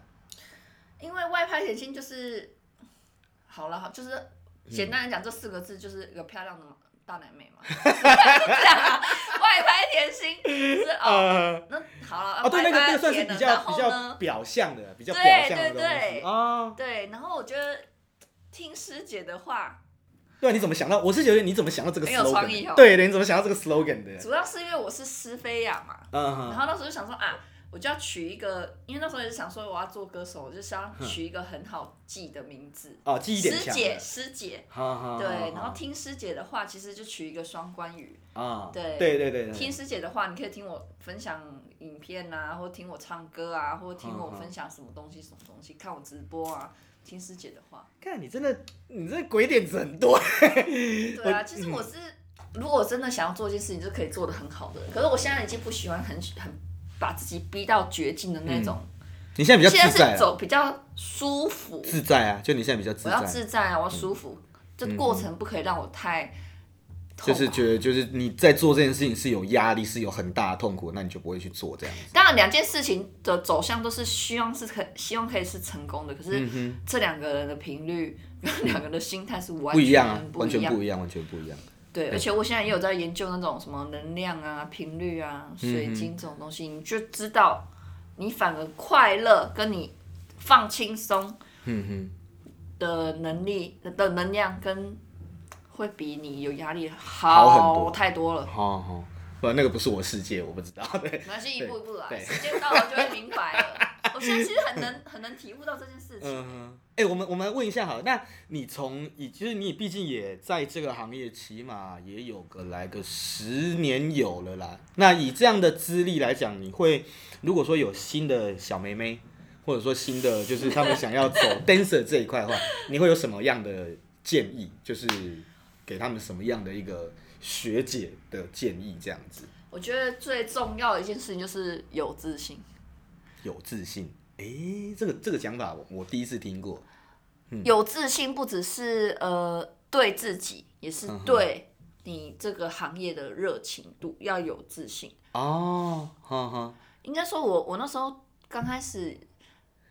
S2: 因为外派甜心就是好了，好就是
S1: 嗯
S2: 简单来讲，这四个字就是一个漂亮的大奶妹嘛， 就这样啊。外拍甜心是哦，
S1: 呃，
S2: 那好了，
S1: 哦，对，那个
S2: 外
S1: 那
S2: 拍
S1: 个算是
S2: 甜
S1: 比
S2: 了
S1: 较
S2: 然
S1: 比
S2: 后
S1: 较
S2: 呢，
S1: 表象的，比较
S2: 对
S1: 表象的
S2: 对
S1: 东西
S2: 对
S1: 啊。
S2: 对，然后我觉得听师姐的话，
S1: 对啊，你怎么想到？我是觉得你怎么想到这个
S2: 很有创意
S1: slogan？
S2: 哦
S1: 对的，你怎么想到这个 slogan 的？
S2: 主要是因为我是师菲亚嘛，
S1: 嗯
S2: 然
S1: 哼，
S2: 后那时候就想说啊，我就要取一个，因为那时候也是想说我要做歌手，我就想要取一个很好记的名字，
S1: 哦，记忆点
S2: 师
S1: 强
S2: 姐
S1: 的。
S2: 师姐。
S1: 好好好
S2: 对，然
S1: 好
S2: 后听师姐的话，其实就取一个双关语。
S1: 啊，
S2: 对
S1: 对对对，
S2: 听师姐的话，你可以听我分享影片啊，或听我唱歌啊，或听我
S1: 嗯嗯
S2: 分享什么东西什么东西，看我直播啊。听师姐的话，
S1: 看你真的，你这鬼点子很多。
S2: 对啊，其实我是，如果我真的想要做一件事情，就可以做的很好的。可是我现在已经不喜欢很很把自己逼到绝境的那种，
S1: 你嗯现在比较
S2: 现
S1: 自
S2: 在
S1: 在
S2: 是
S1: 啊，
S2: 走比较舒服，
S1: 自在啊，就你现在比较自
S2: 我要
S1: 在。嗯
S2: 自在啊，我要舒服，这过程不可以让我太痛苦。
S1: 就
S2: 啊
S1: 是觉得，就是你在做这件事情是有压力，是有很大的痛苦，那你就不会去做这样。
S2: 当然，两件事情的走向都是希望是可希望可以是成功的，可是这两个人的频率、两个人的心态是完
S1: 不一样啊
S2: 全，
S1: 完
S2: 一
S1: 全
S2: 样。
S1: 不一样，完全不一样。
S2: 对，而且我现在也有在研究那种什么能量啊、频率啊、水晶这种东西，你就知道，你反而快乐跟你放轻松
S1: 嗯哼，
S2: 的能力的能量跟。会比你有压力
S1: 好很多
S2: 太多了，
S1: 好好，不，那个不是我世界，我不知道。 对，
S2: 没关系，一步一步来，
S1: 对
S2: 时间到了就会明 白了。我现在其实很能很能体悟到这件事情。
S1: 嗯哼，哎、我们我们问一下好了，那你从以就是你毕竟也在这个行业，起码也有个来个十年有了啦。那以这样的资历来讲，你会如果说有新的小妹妹，或者说新的就是他们想要走 dancer 这一块的话，你会有什么样的建议？就是给他们什么样的一个学姐的建议？这样子
S2: 我觉得最重要的一件事情就是有自信。
S1: 有自信。哎、这个这个讲法我我第一次听过。嗯
S2: 有自信不只是呃对自己，也是
S1: 嗯
S2: 对你这个行业的热情度要有自信。
S1: 哦，哈哈。
S2: 应该说我，我那时候刚开始，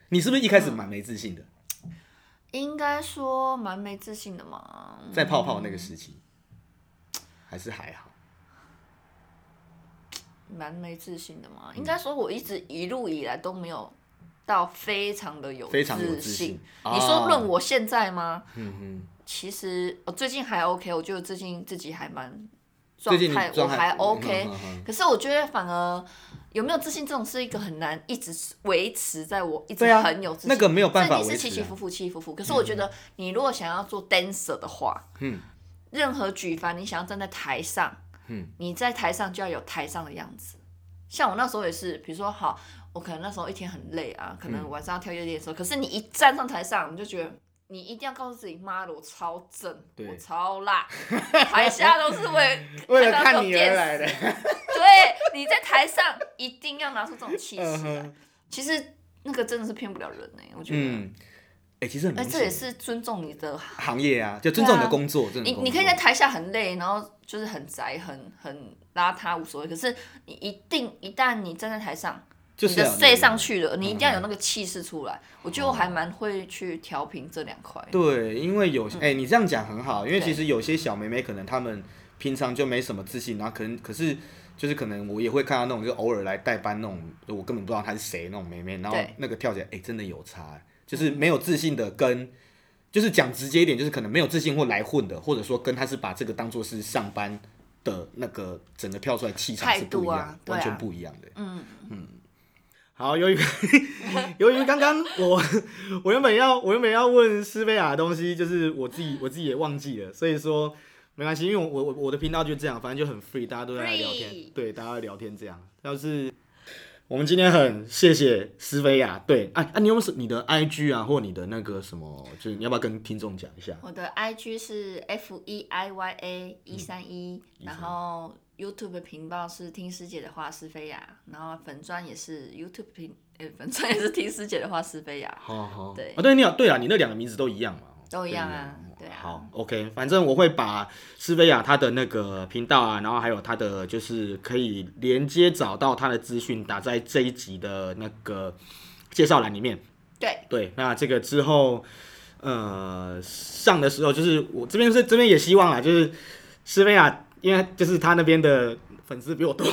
S1: 你是不是一开始蛮没自信的？
S2: 应该说蛮没自信的嘛。
S1: 在泡泡那个时期，还是还好。
S2: 蛮没自信的
S1: 嗯
S2: 嘛。应该说，我一直一路以来都没有到非常的有
S1: 非常有
S2: 自
S1: 自信
S2: 你说
S1: 哦
S2: 论我现在吗？
S1: 嗯嗯，
S2: 其实我最近还 OK，我觉得最近自己还蛮状
S1: 最近你
S2: 态，我
S1: 状态
S2: 还
S1: 嗯
S2: OK
S1: 嗯嗯。嗯
S2: 可是我觉得反而有没有自信这种是一个很难一直维持在我一 直
S1: 对啊
S2: 很有自信，
S1: 那个没有办法
S2: 这一定
S1: 维
S2: 是
S1: 持
S2: 起
S1: 啊
S2: 起伏伏，起起伏伏。可是我觉得你如果想要做 dancer 的话，
S1: 嗯，
S2: 任何举凡你想要站在台上，
S1: 嗯，
S2: 你在台上就要有台上的样子。像我那时候也是，比如说好，我可能那时候一天很累啊，可
S1: 嗯
S2: 能晚上要跳夜店的时候，可是你一站上台上，你就觉得你一定要告诉自己，妈的，我超正，
S1: 对
S2: 我超 辣，台下都是为
S1: 为了看你而
S2: 电
S1: 来的。
S2: 对，你在台上一定要拿出这种气
S1: 嗯
S2: 势来。
S1: 哼，
S2: 其实那个真的是骗不了人呢、我觉得。
S1: 嗯，哎，其实很
S2: 哎、
S1: 明
S2: 这也
S1: 显，
S2: 是尊重你的，
S1: 行业啊，就尊重你
S2: 对
S1: 的
S2: 啊
S1: 工作，真的工
S2: 你
S1: 作。
S2: 你可以在台下很累，然后就是很宅、很很邋遢无所谓，可是你一定一旦你站在台上，
S1: 就是
S2: 你的
S1: 要有啊嗯那
S2: say
S1: 个
S2: 上去了，你一定要有那个气势出来。我
S1: 哦
S2: 觉得我还蛮会去调平这两块。
S1: 对，因为有些哎、你这样讲很好，因为
S2: 欸嗯对
S1: 其实有些小妹妹可能她们平常就没什么自信，然后可能可是就是可能我也会看到那种就偶尔来代班那种，我根本不知道她是谁那种妹妹，然后
S2: 对
S1: 欸
S2: 嗯
S1: 那个跳起来，哎、真的有差、就是没有自信的跟就是讲直接一点，就是可能没有自信或来混的，或者说跟他是把这个当做是上班的那个整个跳出来气场是不一样，
S2: 态度啊对啊
S1: 完全不一样的。欸
S2: 嗯，
S1: 好，由于由于刚刚我 我原本要我原本要问斯贝亚的东西，就是我自己我自己也忘记了，所以说没关系，因为我我我的频道就这样，反正就很 free，大家都在那聊天
S2: Free，
S1: 对，大家在聊天这样。要是我们今天很谢谢斯菲亚，对，啊啊，你有没有什你的 IG 啊，或你的那个什么，就是你要不要跟听众讲一下？
S2: 我的 IG 是 F E I Y A
S1: 嗯
S2: 一三一，然后 YouTube 的频道是听师姐的话是菲雅，然后粉钻也是 YouTube 频，呃，粉钻也是听师姐的话是菲雅，
S1: 好好，
S2: 对
S1: 啊，对，你有对啊，你那两个名字都一样嘛。
S2: 都一样啊，对啊，
S1: 好，OK，反正我会把斯菲亚她的那个频道啊，然后还有她的就是可以连接找到她的资讯，打在这一集的那个介绍栏里面。
S2: 对，
S1: 对，那这个之后，呃，上的时候就是我这边是这边也希望啊，就是斯菲亚，因为就是她那边的粉丝比我多，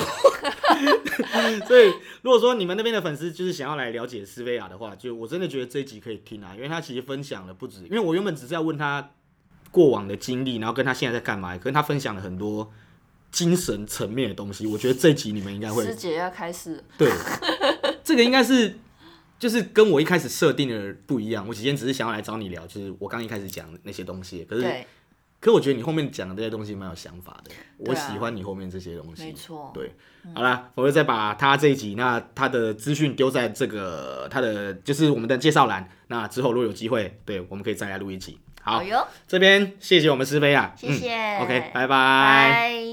S1: 所以如果说你们那边的粉丝就是想要来了解斯菲亚的话，就我真的觉得这一集可以听啊，因为他其实分享了不止，因为我原本只是要问他过往的经历，然后跟他现在在干嘛，可是他分享了很多精神层面的东西，我觉得这一集你们应该会
S2: 师姐要开始，
S1: 对， 这个应该是就是跟我一开始设定的不一样。我今天只是想要来找你聊，就是我刚一开始讲的那些东西，可是
S2: 对，
S1: 可我觉得你后面讲的这些东西蛮有想法的，我
S2: 对啊
S1: 喜欢你后面这些东西。
S2: 没错，
S1: 对，好啦，我会再把他这一集那他的资讯丢在这个他的就是我们的介绍栏，那之后如果有机会，对我们可以再来录一集。好，
S2: 哟，
S1: 这边谢谢我们思菲啊，
S2: 谢谢
S1: 嗯、，OK，拜拜
S2: 拜。